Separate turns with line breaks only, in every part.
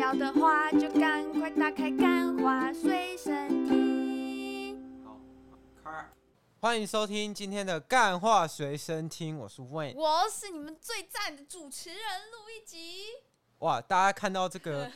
要的话就赶快打开《干花随身听
好，开儿。欢迎收听今天的干话随身听，我是》，Wayne。
我是你们最赞的主持人陆一吉。
哇，大家看到这 个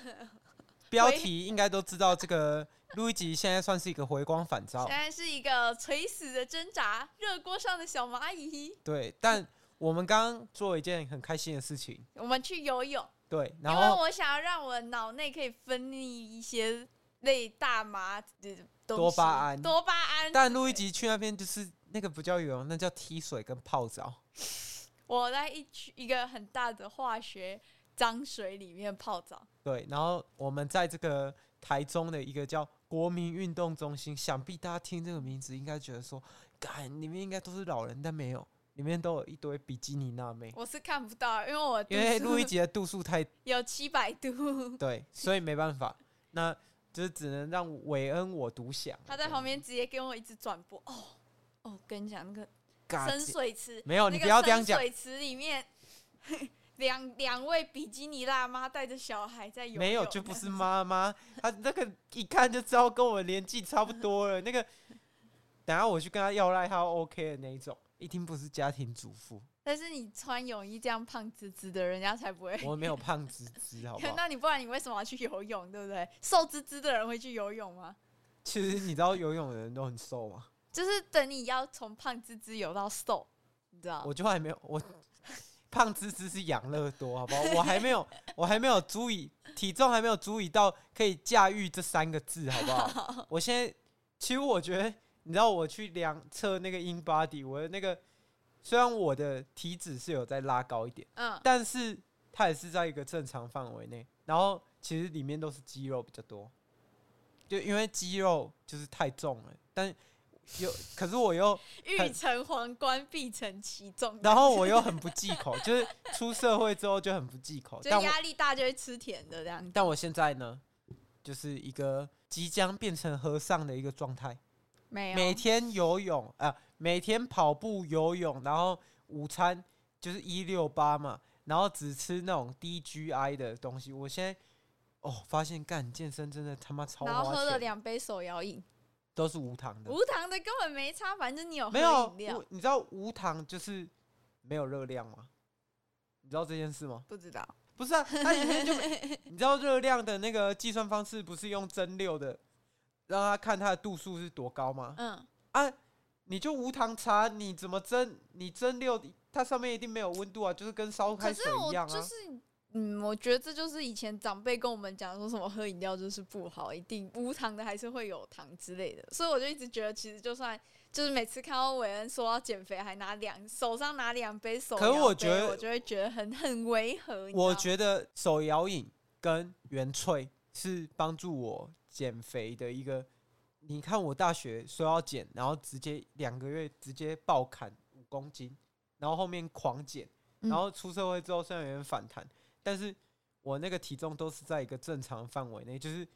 标题，应该都知道这个路易吉现在算是一个回光返照
现，在是一个垂死的挣扎，热锅上的小蚂蚁。
对。但我们刚刚做了一件很开心的事情，
我们去游泳，
对。
因
然
为
后
我想要让我脑内可以分泌一些类大麻的东西
多巴胺
多巴胺。
但路易吉去那边就是那个不叫游泳，那叫踢水跟泡澡。
我在一区一个很大的化学脏水里面泡澡，
对，然后我们在这个台中的一个叫国民运动中心，想必大家听这个名字应该觉得说，干里面应该都是老人，但没有，里面都有一堆比基尼辣妹，
我是看不到，因为我
因为
度
路易
数
吉的度数太
有七百度，
对，所以没办法，那就是只能让韦恩我独享。
他在旁边直接跟我一直转播。哦哦，跟你讲那个
嘎
深
姐
水池，
没有
那
哦你
个
不要这样讲
深水池里面 两两位比基尼辣妈带着小孩在游泳，
没有就 不是妈妈，她那个一看就知道跟我年纪差不多了。那个，等下我去跟她要赖，她 OK 的那一种，一听不是家庭主妇。
但是你穿泳衣这样胖滋滋的，人家才不会。
我没有胖滋滋， 好不好？
那你不然你为什么要去游泳，对不对？瘦滋滋的人会去游泳吗？
其实你知道游泳的人都很瘦吗？
就是等你要从胖滋滋游到瘦，你知道？
我就还没有我。胖滋滋是养乐多，好不好？我还没有，我还没有足以体重还没有足以到可以驾驭这三个字，好不好？我现在其实我觉得，你知道我去量测那个 in body，我的那个虽然我的体脂是有在拉高一点，
嗯，
但是它也是在一个正常范围内，然后其实里面都是肌肉比较多，就因为肌肉就是太重了，但又可是我又
欲成皇冠，必承其重。
然后我又很不忌口，就是出社会之后就很不忌口。
就
但我
压力大就会吃甜的这样子。
但我现在呢，就是一个即将变成和尚的一个状态，
没有，
每天游泳啊、呃每天跑步、游泳，然后午餐就是一六八嘛，然后只吃那种低 GI 的东西。我现在哦，发现干健身真的他妈超
然后喝
花
了
钱，
两杯手摇饮，
都是无糖的，
无糖的根本没差，反正你有喝
没有
饮料
无，你知道无糖就是没有热量吗？你知道这件事吗？
不知道。
不 是啊，它里面就你知道热量的那个计算方式不是用蒸馏的，让它看它的度数是多高吗？
嗯，
啊，你就无糖茶，你怎么蒸？你蒸馏它上面一定没有温度啊，就是跟烧
可
开水
是
一
我
样啊。
就是。嗯，我觉得这就是以前长辈跟我们讲说什么喝饮料就是不好，一定无糖的还是会有糖之类的，所以我就一直觉得，其实就算就是每次看到韦恩说要减肥，还拿两手上拿两杯手摇杯，
可是我觉得
我就会觉得很很违和。你知道
我
吗
觉得手摇饮跟原萃是帮助我减肥的一个。你看我大学说要减，然后直接两个月直接爆砍五公斤，然后后面狂减，
嗯
然后出社会之后虽然有点反弹，但是我那个体重都是在一个正常范围内，就是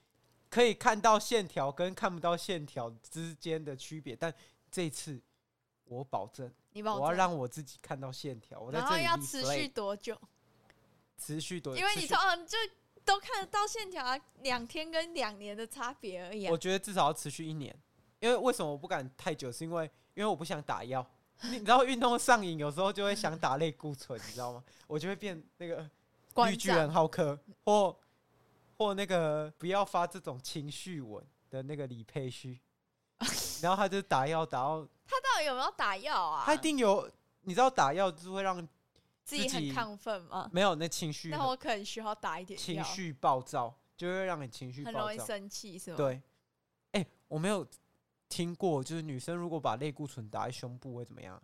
可以看到线条跟看不到线条之间的区别。但这一次我保证，
你帮
我要
证
让我自己看到线条。我在
然
这
后
里
要
display
持续多久？
持续多，
因为
持
你
续
通常就都看得到线条啊，两天跟两年的差别而已、啊
我。觉得至少要持续一年，因为为什么我不敢太久？是因为因为我不想打药。你你知道运动上瘾，有时候就会想打类固醇，你知道吗？我就会变那个呃
馆
绿巨
长
人浩克，
嗯
或或那个不要发这种情绪文的那个李佩 旭，然后他就打药打到，
他到底有没有打药啊？
他一定有，你知道打药就是会让
自己很
自己
亢奋吗？
没有那情绪
那我可能需要打一点
情
药，
绪暴躁，就会让你情绪
很
暴
容易
躁。
生气是吗？，
对，哎、我没有听过，就是女生如果把类固醇打在胸部会怎么样？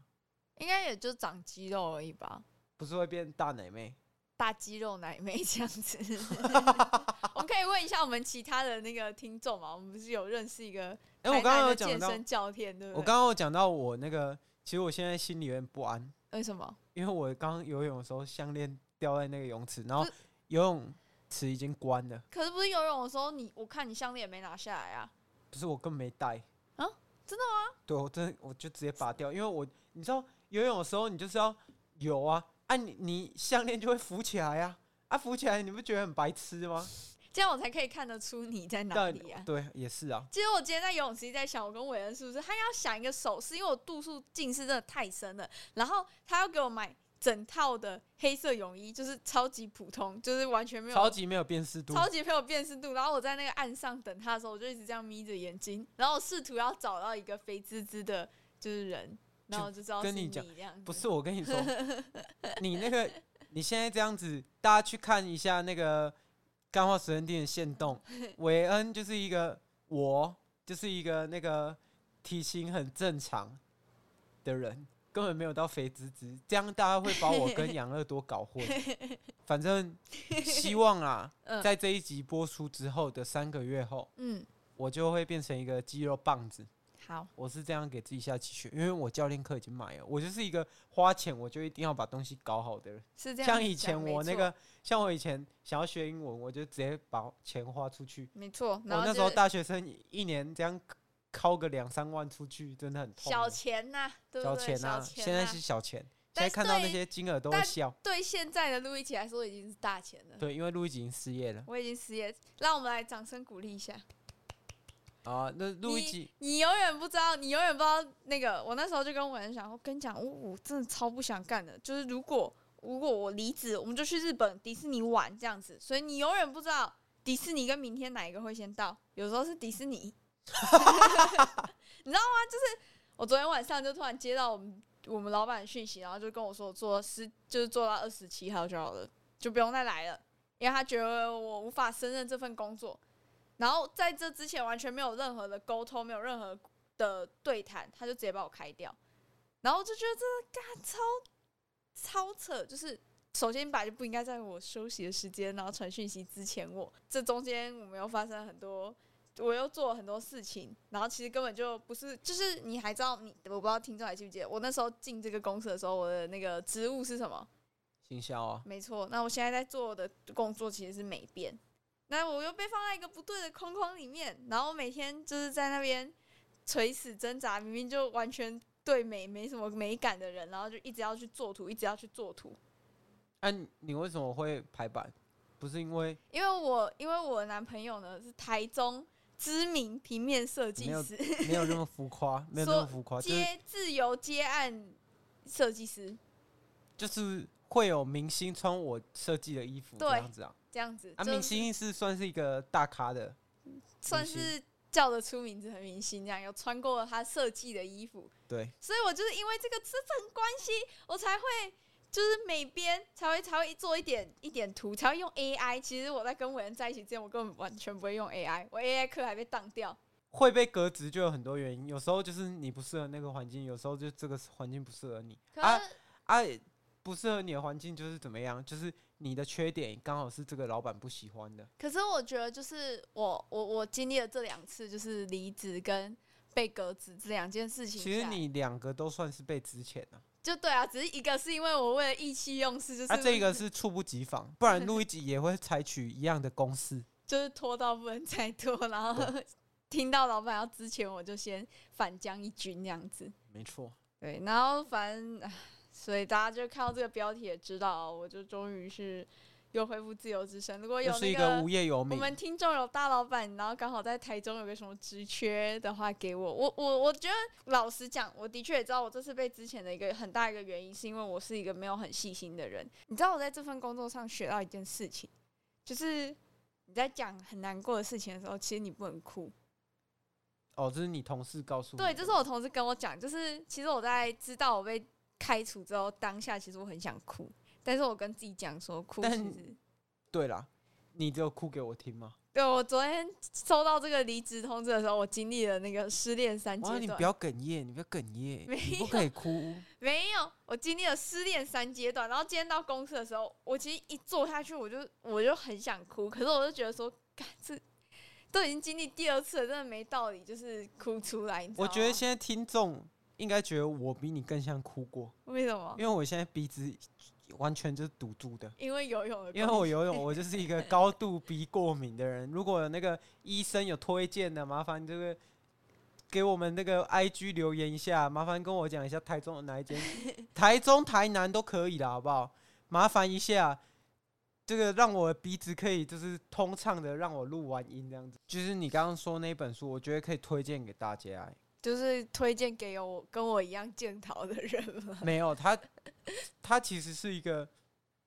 应该也就长肌肉而已吧，
不是会变大奶妹？
大肌肉奶妹这样子。 我们可以问一下我们其他的那个听众嘛？我们不是有认识一个
哎、
台
我刚
南
刚有
的
讲
健
到，
身教练，对不对？
我刚刚有讲到我那个，其实我现在心里有点不安，
为什么？
因为我刚游泳的时候项链掉在那个泳池，然后
不是
游泳池已经关了，
可是不是游泳的时候你，我看你项链也没拿下来啊。
不是我根本没带
啊？真的
吗？对，我真的我就直接拔掉，因为我你知道游泳的时候你就是要游啊，啊你你项链就会浮起来啊，啊浮起来你不觉得很白痴吗？
这样我才可以看得出你在哪
但
里啊。
对，也是啊，
其实我今天在游泳池一直在想，我跟韦恩是不是他要想一个手势，因为我度数近视真的太深了，然后他要给我买整套的黑色泳衣，就是超级普通，就是完全没有
超级没有辨识度。
超级陪我辨识度。然后我在那个岸上等他的时候，我就一直这样眯着眼睛，然后试图要找到一个肥滋滋的，就是人，然后我就知道
跟
是
你
你
讲
这样子。
不 是我跟你说，你那个你现在这样子，大家去看一下那个干化食人店的线 动，韦恩就是一个我就是一个那个体型很正常的人，根本没有到肥滋滋，这样大家会把我跟养乐多搞 混。反正希望啊，
嗯
在这一集播出之后的三个月后，
嗯，
我就会变成一个肌肉棒子。
好，
我是这样给自己下期许，因为我教练课已经买了，我就是一个花钱我就一定要把东西搞好的人。
是这样子讲。
像以前
啊没
我那
错
个，像我以前想要学英文，我就直接把钱花出去。
没错，
我
然后
那
就
时候大学生一年这样掏个两三万出去，真的很痛
小
的。
钱呐、对不
小
对？
钱啊，
钱
现在
呐
是小钱，现
但
在
是
看到那
对于
些金额都会
但
笑。
对现在的路易奇来说已经是大钱了。
对，因为路易吉已经失业了
我已经失业，让我们来掌声鼓励一下。
啊。那路易吉，
你永远不知道，你永远不知道那个。我那时候就跟我人讲，我跟你讲，我我真的超不想干的，就是如果如果我离职，我们就去日本迪士尼玩这样子。所以你永远不知道迪士尼跟明天哪一个会先到，有时候是迪士尼，你知道吗？就是我昨天晚上就突然接到我们我们老板的讯息，然后就跟我说，我做十就是做到二十七号就好了，就不用再来了，因为他觉得我无法胜任这份工作。然后在这之前完全没有任何的沟通，没有任何的对谈，他就直接把我开掉。然后我就觉得这个干超超扯，就是首先本来就不应该在我休息的时间，然后传讯息之前我，这中间我们又发生很多，我又做了很多事情，然后其实根本就不是，就是你还知道你，我不知道听众还记不记得，我那时候进这个公司的时候，我的那个职务是什么？
行销啊，
没错，那我现在在做的工作其实是美编，那我又被放在一个不对的框框里面，然后每天就是在那边垂死挣扎，明明就完全对美没什么美感的人，然后就一直要去做图，一直要去做图。
啊，你你为什么会排版？不是因为
因为我因为我男朋友呢是台中知名平面设计
没有
师，
没有那么浮夸，没有那
说
么浮 夸，就是
接自由接案设计师
就是会有明星穿我设计的衣服这
对
样子啊。
这样子，
啊，
就
明星是算是一个大咖的，
算
明星
是叫得出名字的明星，这样有穿过他设计的衣服。
对，
所以我就是因为这个这层关系，我才会就是美编才会才会做一点一点图，才会用 AI。其实我在跟伟人在一起之前，我根本完全不会用 AI，我 AI 课还被当掉。
会被革职就有很多原因，有时候就是你不适合那个环境，有时候就这个环境不适合你
可是、
啊啊，不适合你的环境就是怎么样，就是你的缺点刚好是这个老板不喜欢的，
可是我觉得就是我我我经历了这两次就是离职跟被革职这两件事情下，
其实你两个都算是被之前了、
就对啊，只是一个是因为我为了意气用事，就是、
啊，这个是猝不及 防，不然路易吉也会采取一样的公式，
就是拖到不能再拖，然后 听到老板要之前我就先反将一军这样子。
没错，
对，然后反正，唉所以大家就看到这个标题也知道，啊我就终于是又恢复自由之身。如果有
又是
那
一个无业游
我
民，
们听众有大老板，然后刚好在台中有个什么职缺的话，给我，我我我觉得老实讲，我的确也知道我这次被之前的一个很大一个原因，是因为我是一个没有很细心的人。你知道我在这份工作上学到一件事情，就是你在讲很难过的事情的时候，其实你不能哭。
哦，这是你同事告诉你的，
对，这是我同事跟我讲，就是其实我在知道我被开除之后，当下其实我很想哭，但是我跟自己讲说哭其
但
实。
对啦，你只有哭给我听吗？
对，我昨天收到这个离职通知的时候，我经历了那个失恋三
哇，
阶
你
段
不。要哽咽，你不要哽咽，
没
你不可以 哭。
没有，我经历了失恋三阶段，然后今天到公司的时候，我其实一坐下去，我就我就很想哭，可是我就觉得说，干这都已经经历第二次了，真的没道理，就是哭出来。你知
我
道
觉得
吗
现在听众应该觉得我比你更像哭过，
为什么
因？为我现在鼻子完全就是堵住的。
因为游泳的关系，
因为我游泳，我就是一个高度鼻过敏的人。如果那个医生有推荐的，麻烦这个给我们那个 I G 留言一下，麻烦跟我讲一下台中的哪一间，台中、台南都可以啦，好不好？麻烦一下，这个让我的鼻子可以就是通畅的让我录完音这样子。就是你刚刚说那本书，我觉得可以推荐给大家欸。
就是推荐给有我跟我一样健逃的人吗？
没有它，它其实是一个，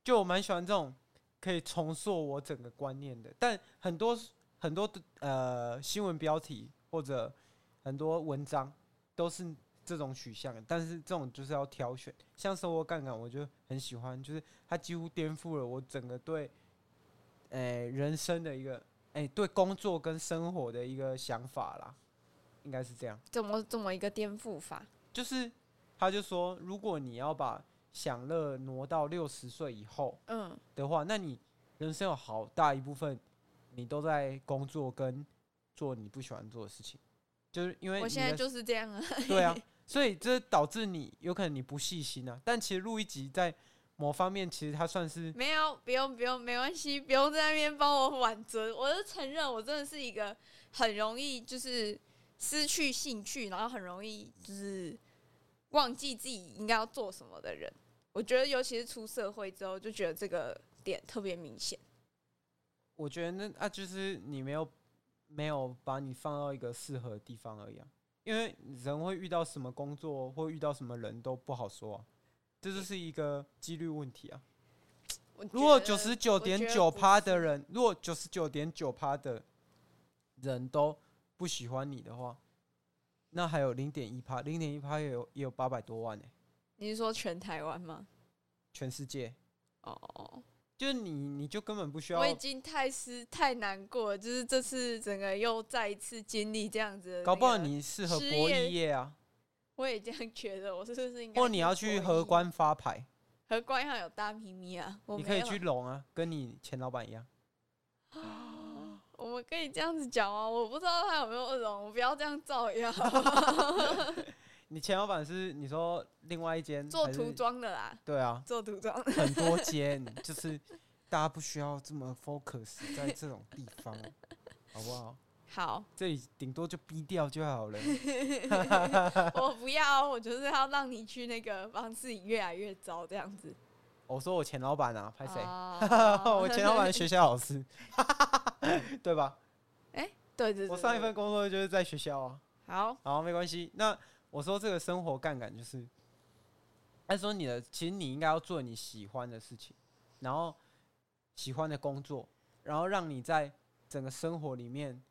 就我蛮喜欢这种可以重塑我整个观念的。但很多很多的呃新闻标题或者很多文章都是这种取向的，但是这种就是要挑选。像生活杠杆，我就很喜欢，就是它几乎颠覆了我整个对，呃人生的一个，哎、对工作跟生活的一个想法啦，应该是这样。
怎么怎么一个颠覆法？
就是他就说，如果你要把享乐挪到六十岁以后
嗯，
的话，那你人生有好大一部分你都在工作跟做你不喜欢做的事情，就是因为
我
你
现在
的
就是这样啊。
对啊，所以这导致你有可能你不细心啊。但其实录一集在某方面，其实它算是
没有，不用，不用，没关系，不用在那边帮我挽尊。我就承认，我真的是一个很容易就是失去兴趣，然后很容易就是忘记自己应该要做什么的人。我觉得，尤其是出社会之后，就觉得这个点特别明显。
我觉得那啊，就是你没有没有把你放到一个适合的地方而已啊。因为人会遇到什么工作，或遇到什么人都不好说、啊，这就是一个几率问题啊。
我觉
如果
得
九十九点九
我觉得不
趴的人，如果九十九点九趴的人都不喜欢你的话，那还有零点一趴，零点一趴也有也有八百多万呢、欸
你是说全台湾吗？
全世界。
哦，
就是你，你就根本不需要
我已经太失太难过了，就是这次整个又再一次经历这样子的那个。
搞不好你适合
失
国
业
艺业啊，
我也这样觉得，我是不是应该？
或你要去荷
官。
官发牌，
和官上有大咪咪啊，我
你可
没
以
有
去龙啊，跟你前老板一 样。
我们可以这样子讲啊，我不知道他有没有那种，我不要这样造 谣。
你前老板是你说另外一间
做
还是
涂？装的啦，
对啊，
做涂装。
很多间，就是大家不需要这么 focus 在这种地方，好不好？
好，
这里顶多就逼掉就好了。
我不要，我就是要让你去那个帮自己越来越糟这样子。
我说我前老板啊，拍谁？
啊
我前老板是学校老师， 对吧？
对对对，
我上一
对
份工作就是在学校啊。
好，
好，没关系。那我说这个生活杠杆就是，他说你的，其实你应该要做你喜欢的事情，然后喜欢的工作，然后让你在整个生活里面，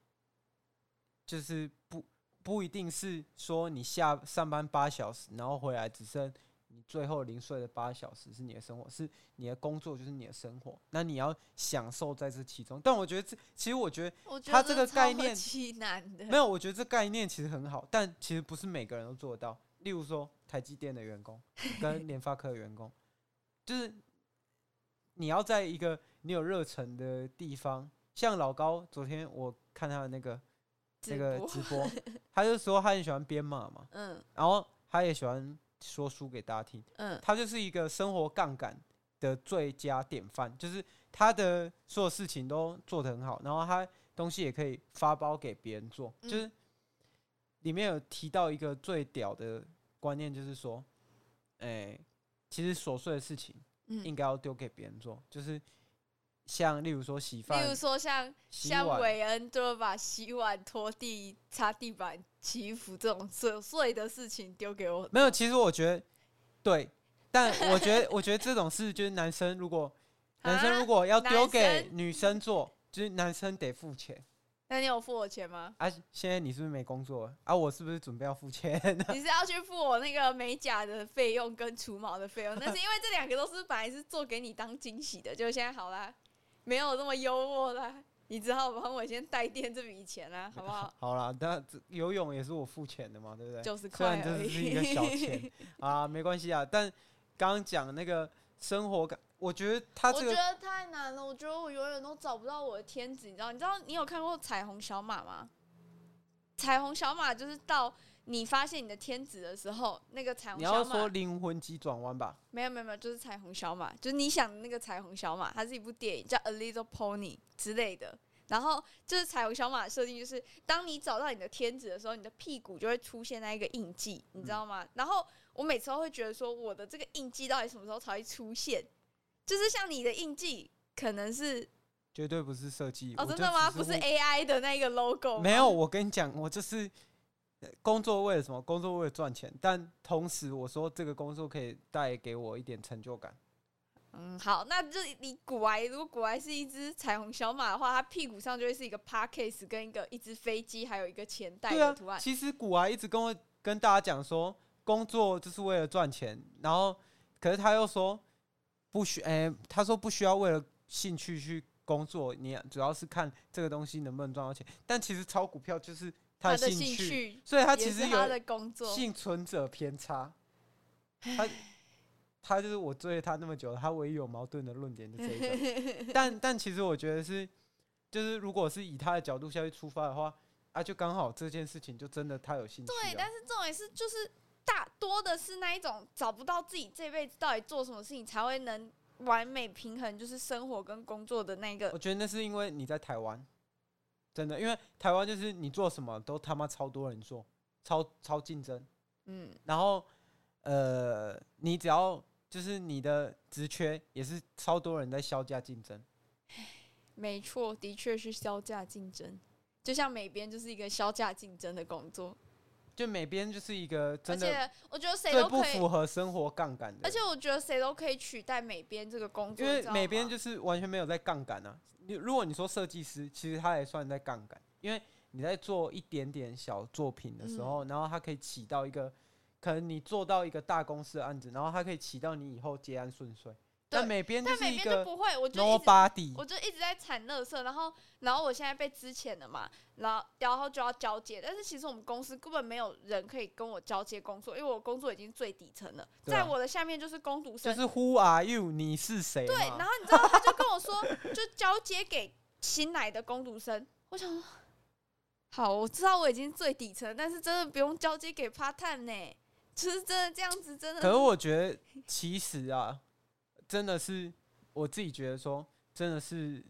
就是不不一定是说你下上班八小时，然后回来只剩你最后零碎的八小时是你的生活，是你的工作就是你的生活，那你要享受在这其中。但我觉得这，其实我觉得
我觉得
他这个
超
概念
级难的
没。有，我觉得这概念其实很好，但其实不是每个人都做得到。例如说，台积电的员 工跟联发科的员工，就是你要在一个你有热忱的地方，像老高，昨天我看他的那个那
直
个
播
直播，他就说他很喜欢编码嘛，
嗯
然后他也喜欢说书给大家听，
嗯，
他就是一个生活杠杆的最佳典范，就是他的所有事情都做得很好，然后他东西也可以发包给别人做，
嗯
就是里面有提到一个最屌的观念，就是说，哎、其实琐碎的事情
嗯
应该要丢给别人做，就是像例如说洗
例
饭
如、说像
洗
像
碗，
韦恩就会把洗碗、拖地、擦地板、洗衣服这种琐碎的事情丢给我。
没有，其实我觉得对，但我觉得我觉得这种事就是男生如果男生
啊
如果要丢
男
给
生
女生做，就是男生得付钱
那你有付我 钱吗？
啊。现在你是不是没工作了啊？我是不是准备要付钱？
你是要去付我那个美甲的费用跟除毛的 费用，但是因为这两个都是本来是做给你当惊喜的，就现在好啦，没有那么优渥啦，你只好帮我先带垫这笔钱啦，好不好？
好啦，那这游泳也是我付钱的嘛，对不对？
九十
虽
块
然这
而
只
已。
是一个小钱啊，没关系啊。但刚刚讲那个生活感，我觉得他
我
这
觉
个
得太难了，我觉得我永远都找不到我的天职，你知道？你知道你有看过彩虹小马吗？彩虹小马就是到你发现你的天职的时候，那个彩虹
你
小马
要说灵魂急转弯吧，
没有没有没有，就是彩虹小马，就是你想的那个彩虹小马，它是一部电影叫《A Little Pony》之类的。然后就是彩虹小马的设定，就是当你找到你的天职的时候，你的屁股就会出现那一个印记，你知道吗？然后我每次都会觉得说，我的这个印记到底什么时候才会出现？就是像你的印记，可能是
绝对不是设计。
哦，
我
真
就
的吗？
只
不是
为
AI 的那个 logo？吗
没有，，我跟你讲，我就是呃工作为了什么？工作为了赚钱，但同时我说这个工作可以带给我一点成就感。
嗯，好，那就你古埃，如果古埃是一只彩虹小马的话，它屁股上就会是一个 p a r k a s 跟一个一只飞机，还有一个钱袋
对
的
啊
图，案。
其实古啊一直跟我跟大家讲说，工作就是为了赚钱，然后可是他又说不需，哎、他说不需要为了兴趣去工作，你主要是看这个东西能不能赚到钱。但其实炒股票就是他
的
兴
兴趣，
所以他
他
其实
他
有啊
的工作，
幸存者偏差，他他就是我追了他那么久，他唯一有矛盾的论点就是这 一个。但但其实我觉得是，就是如果是以他的角度下去出发的话，啊，就刚好这件事情就真的他有兴趣、啊。
对，但是重点是就是大多的是那一种找不到自己这辈子到底做什么事情才会能完美平衡，就是生活跟工作的那个
我。觉得那是因为你在台湾，真的，因为台湾就是你做什么都他妈超多人做，超超竞争。
嗯，
然后呃，你只要就是你的职缺也是超多人在削价竞争。
没错，的确是销价竞争，就像美编就是一个销价竞争的工作，
就每边就是一个
而
真的
且我觉得谁
最
都
不
可以
符合生活杠杆的，
而且我觉得谁都可以取代美编这个工作，
因为美编
边
就是完全没有在杠杆啊。你如果你说设计师，其实他也算在杠杆，因为你在做一点点小作品的时
嗯
候，然后它可以起到一个，可能你做到一个大公司的案子，然后它可以起到你以后结案顺遂。但
对
美编就
但
是
美
一
编就
个
不会，我就一直
nobody，
我就一直在产垃圾，然后然后我现在被支遣了嘛，然后然后就要交接，但是其实我们公司根本没有人可以跟我交接工作，因为我工作已经最底层了，
对啊
在我的下面就是工读
就
生，
是啊 Who are you？你是谁嘛？
对，然后你知道他就跟我说，就交接给新来的工读生，我想说。好，我知道我已经最底层了，但是真的不用交接给 part time 呢，就是真的这样子，真 的
可是我觉得，其实啊，真的是我自己觉得说，真的是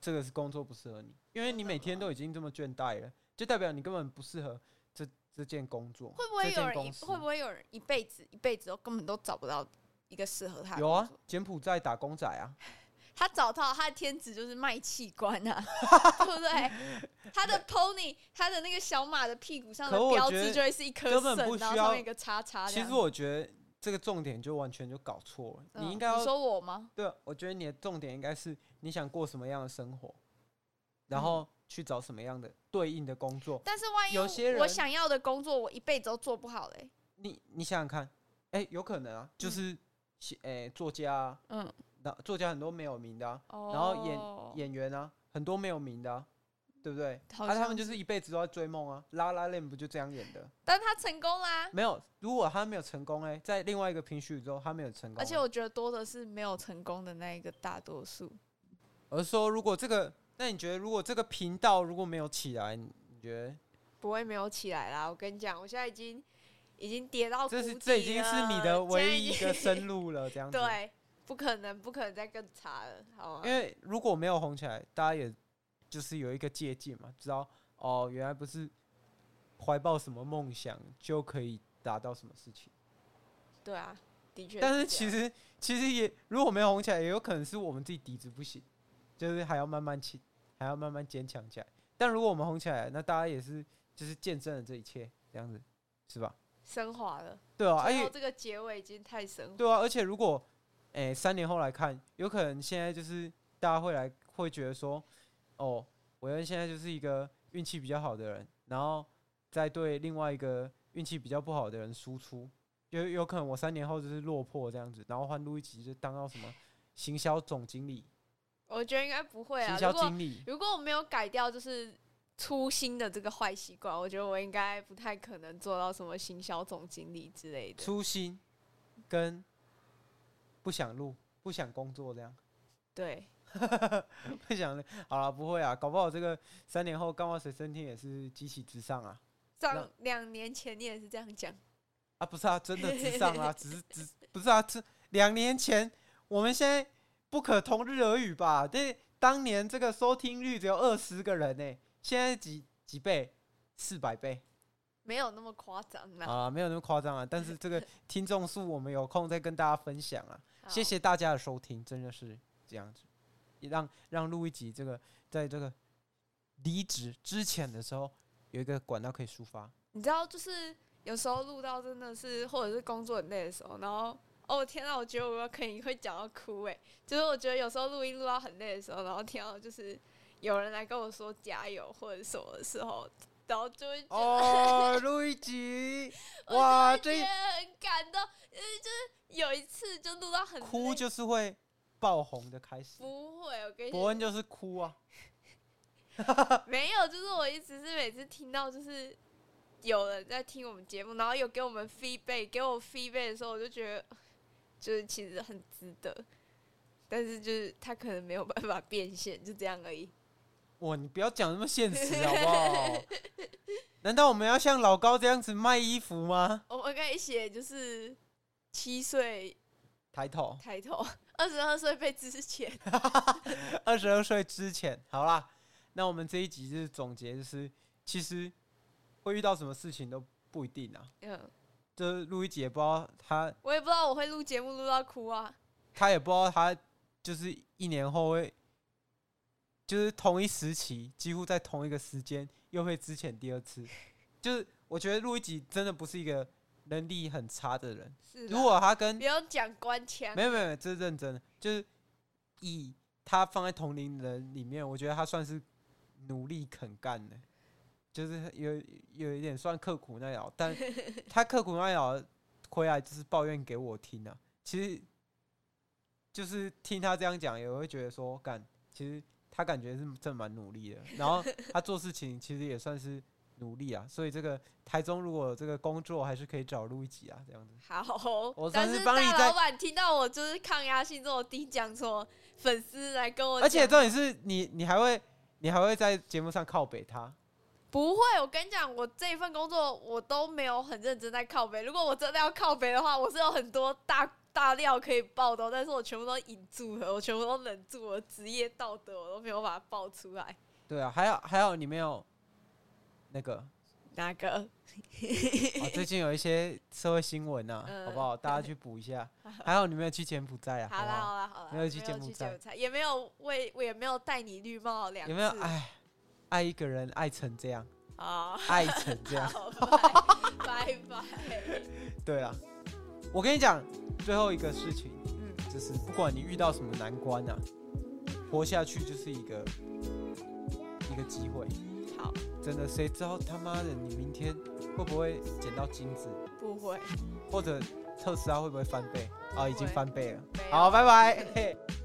这个是工作不适合你，因为你每天都已经这么倦怠了，就代表你根本不适合这这件工作。
会不会
这
有
间
人
公
一
司
会不会有人一辈子一辈子都根本都找不到一个适合他的
有啊
工作？，
柬埔寨打工仔啊，
他找到他的天职就是卖器官 啊，对不对？他的 pony，他的那个小马的屁股上的
可我
标
觉
志
得
就会是一颗
根本不
肾，
需
然后上
要
面一个叉叉这
其
样。
实我觉得这个重点就完全就搞错了，
嗯
你应该要
说我吗？
对，啊我觉得你的重点应该是你想过什么样的生活，然
嗯
后去找什么样的对应的工作。
但是万一
有些
我
人
想要的工作，我一辈子都做不好嘞、
你你想想看，哎、有可能啊，就是写哎、作家、啊，
嗯，
那作家很多没有名的、啊，
哦，
后演演员啊，很多没有名的、啊，对不对？
好
啊，他
像
们就是一辈子都在追梦啊，拉拉链不就这样演的？
但他成功啦。
没有，如果他没有成功、欸，在另外一个平行宇宙他没有成功欸、
而且我觉得多的是没有成功的那一个大多数。
我是说，如果这个，那你觉得如果这个频道如果没有起来，你你觉得
不会没有起来啦。我跟你讲，我现在已经已经跌到
这
谷
是
底
这已经是你的
了
唯 一一
现在
个
已经
生路了，这样子。，
对，不可能，不可能再更差了，好吗？
因为如果没有红起来，大家也就是有一个借鉴嘛，知道哦，原来不是怀抱什么梦想就可以达到什么事情。
对啊，的确这样。
但是其实其实也如果没有红起来，也有可能是我们自己底子不行，就是还要慢慢起，还要慢慢坚强起来。但如果我们红起来，那大家也是就是见证了这一切，这样子是吧？
升华了，
对啊，而
最后
且
这个结尾已经太升华。
对啊，而且如果诶、三年后来看，有可能现在就是大家会来会觉得说，哦，韦恩现在就是一个运气比较好的人，然后再对另外一个运气比较不好的人输出，有有可能我三年后就是落魄这样子，然后换路一集就当到什么行销总经理、
我觉得应该不会啊。
行
如
销
果
经理，
如果我没有改掉，就是。粗心的这个坏习惯，我觉得我应该不太可能做到什么行销总经理之类的。
粗心跟不想录、不想工作这样。
对，
不想了，好了，不会啊，搞不好这个三年后干话随身听也是激起直上啊
上两年前你也是这样讲，
啊，不是啊，真的直上啊，只是只不是啊，这两年前我们现在不可同日而语吧？这当年这个收听率只有二十个人呢、现在几几倍？四百倍
没有那么夸张啦。
啊，没有那么夸张啊，但是这个听众数我们有空再跟大家分享啊，
好
谢谢大家的收听，真的是这样子。让让录一集这个在这个离职之前的时候有一个管道可以抒发。
你知道，就是有时候录到真的是，或者是工作很累的时候，然后哦天呐，我觉得我可能会讲到哭诶、就是我觉得有时候录音录到很累的时候，然后听到就是有人来跟我说加油或者什么的时候，然后就会觉得
哦，录一集，哇，这一
很感动。呃，就是有一次就录到很
哭
累
就是会爆红的开始。
不会，我跟你
伯恩就是哭啊，
没有，就是我一直是每次听到就是有人在听我们节目，然后有给我们 feedback，给我 feedback 的时候，我就觉得 就是其实很值得，但是就是他可能没有办法变现，就这样而已。
哇，你不要讲那么现实好不好？难道我们要像老高这样子卖衣服吗？
我们可以写就是七岁
抬头，
抬头， 二十二岁被之前，
二十二岁之前，好啦，那我们这一集就是总结，就是其实会遇到什么事情都不一定啊。
嗯，
这录一集也不知道他，
我也不知道我会录节目录到哭啊。
他也不知道他就是一年后会，就是同一时期，几乎在同一个时间又会之前第二次。就是我觉得录一集真的不是一个能力很差的人，
是啦，
如果他跟
不要讲官腔，
没有没有，没有这是认真的，就是以他放在同龄人里面，我觉得他算是努力肯干的，就是有有一点算刻苦耐劳，但他刻苦耐劳回来就是抱怨给我听啊。其实就是听他这样讲，也会觉得说，干，其实他感觉是真的蛮努力的，然后他做事情其实也算是。努力啊，所以这个台中如果有这个工作，还是可以找录一集啊，这样子。
好，
我
但
上次
是
帮你
大
在
老板听到我就是抗压性这么低，讲说粉丝来跟我讲，
而且重点是你，你还会，你还会在节目上靠北他。
不会，我跟你讲，我这一份工作我都没有很认真在靠背。如果我真的要靠背的话，我是有很多大大料可以爆的哦，但是我全部都隐住了，我全部都忍住了，职业道德我都没有把它爆出来。
对啊，还有还有，你没有那 个、
哪个？
哦，最近有一些社会新闻啊，
嗯
好不好？大家去补一 下。还好你没有去柬埔寨啊，
好啦
不好？
好啦好啦，
没有去
柬
柬埔寨
埔寨，也没有为我也没有戴你绿帽两次，
有没有？哎，爱一个人爱成这 样，
啊？
爱成这样。
好，拜拜拜。
对啊，我跟你讲，最后一个事情
嗯，
就是，不管你遇到什么难关啊，活下去就是一个一个机会。
好，
真的，谁知道他妈的你明天会不会捡到金子？
不会。
或者特斯拉会不会翻倍？啊、已经
会
翻倍了。
没有
好，拜拜。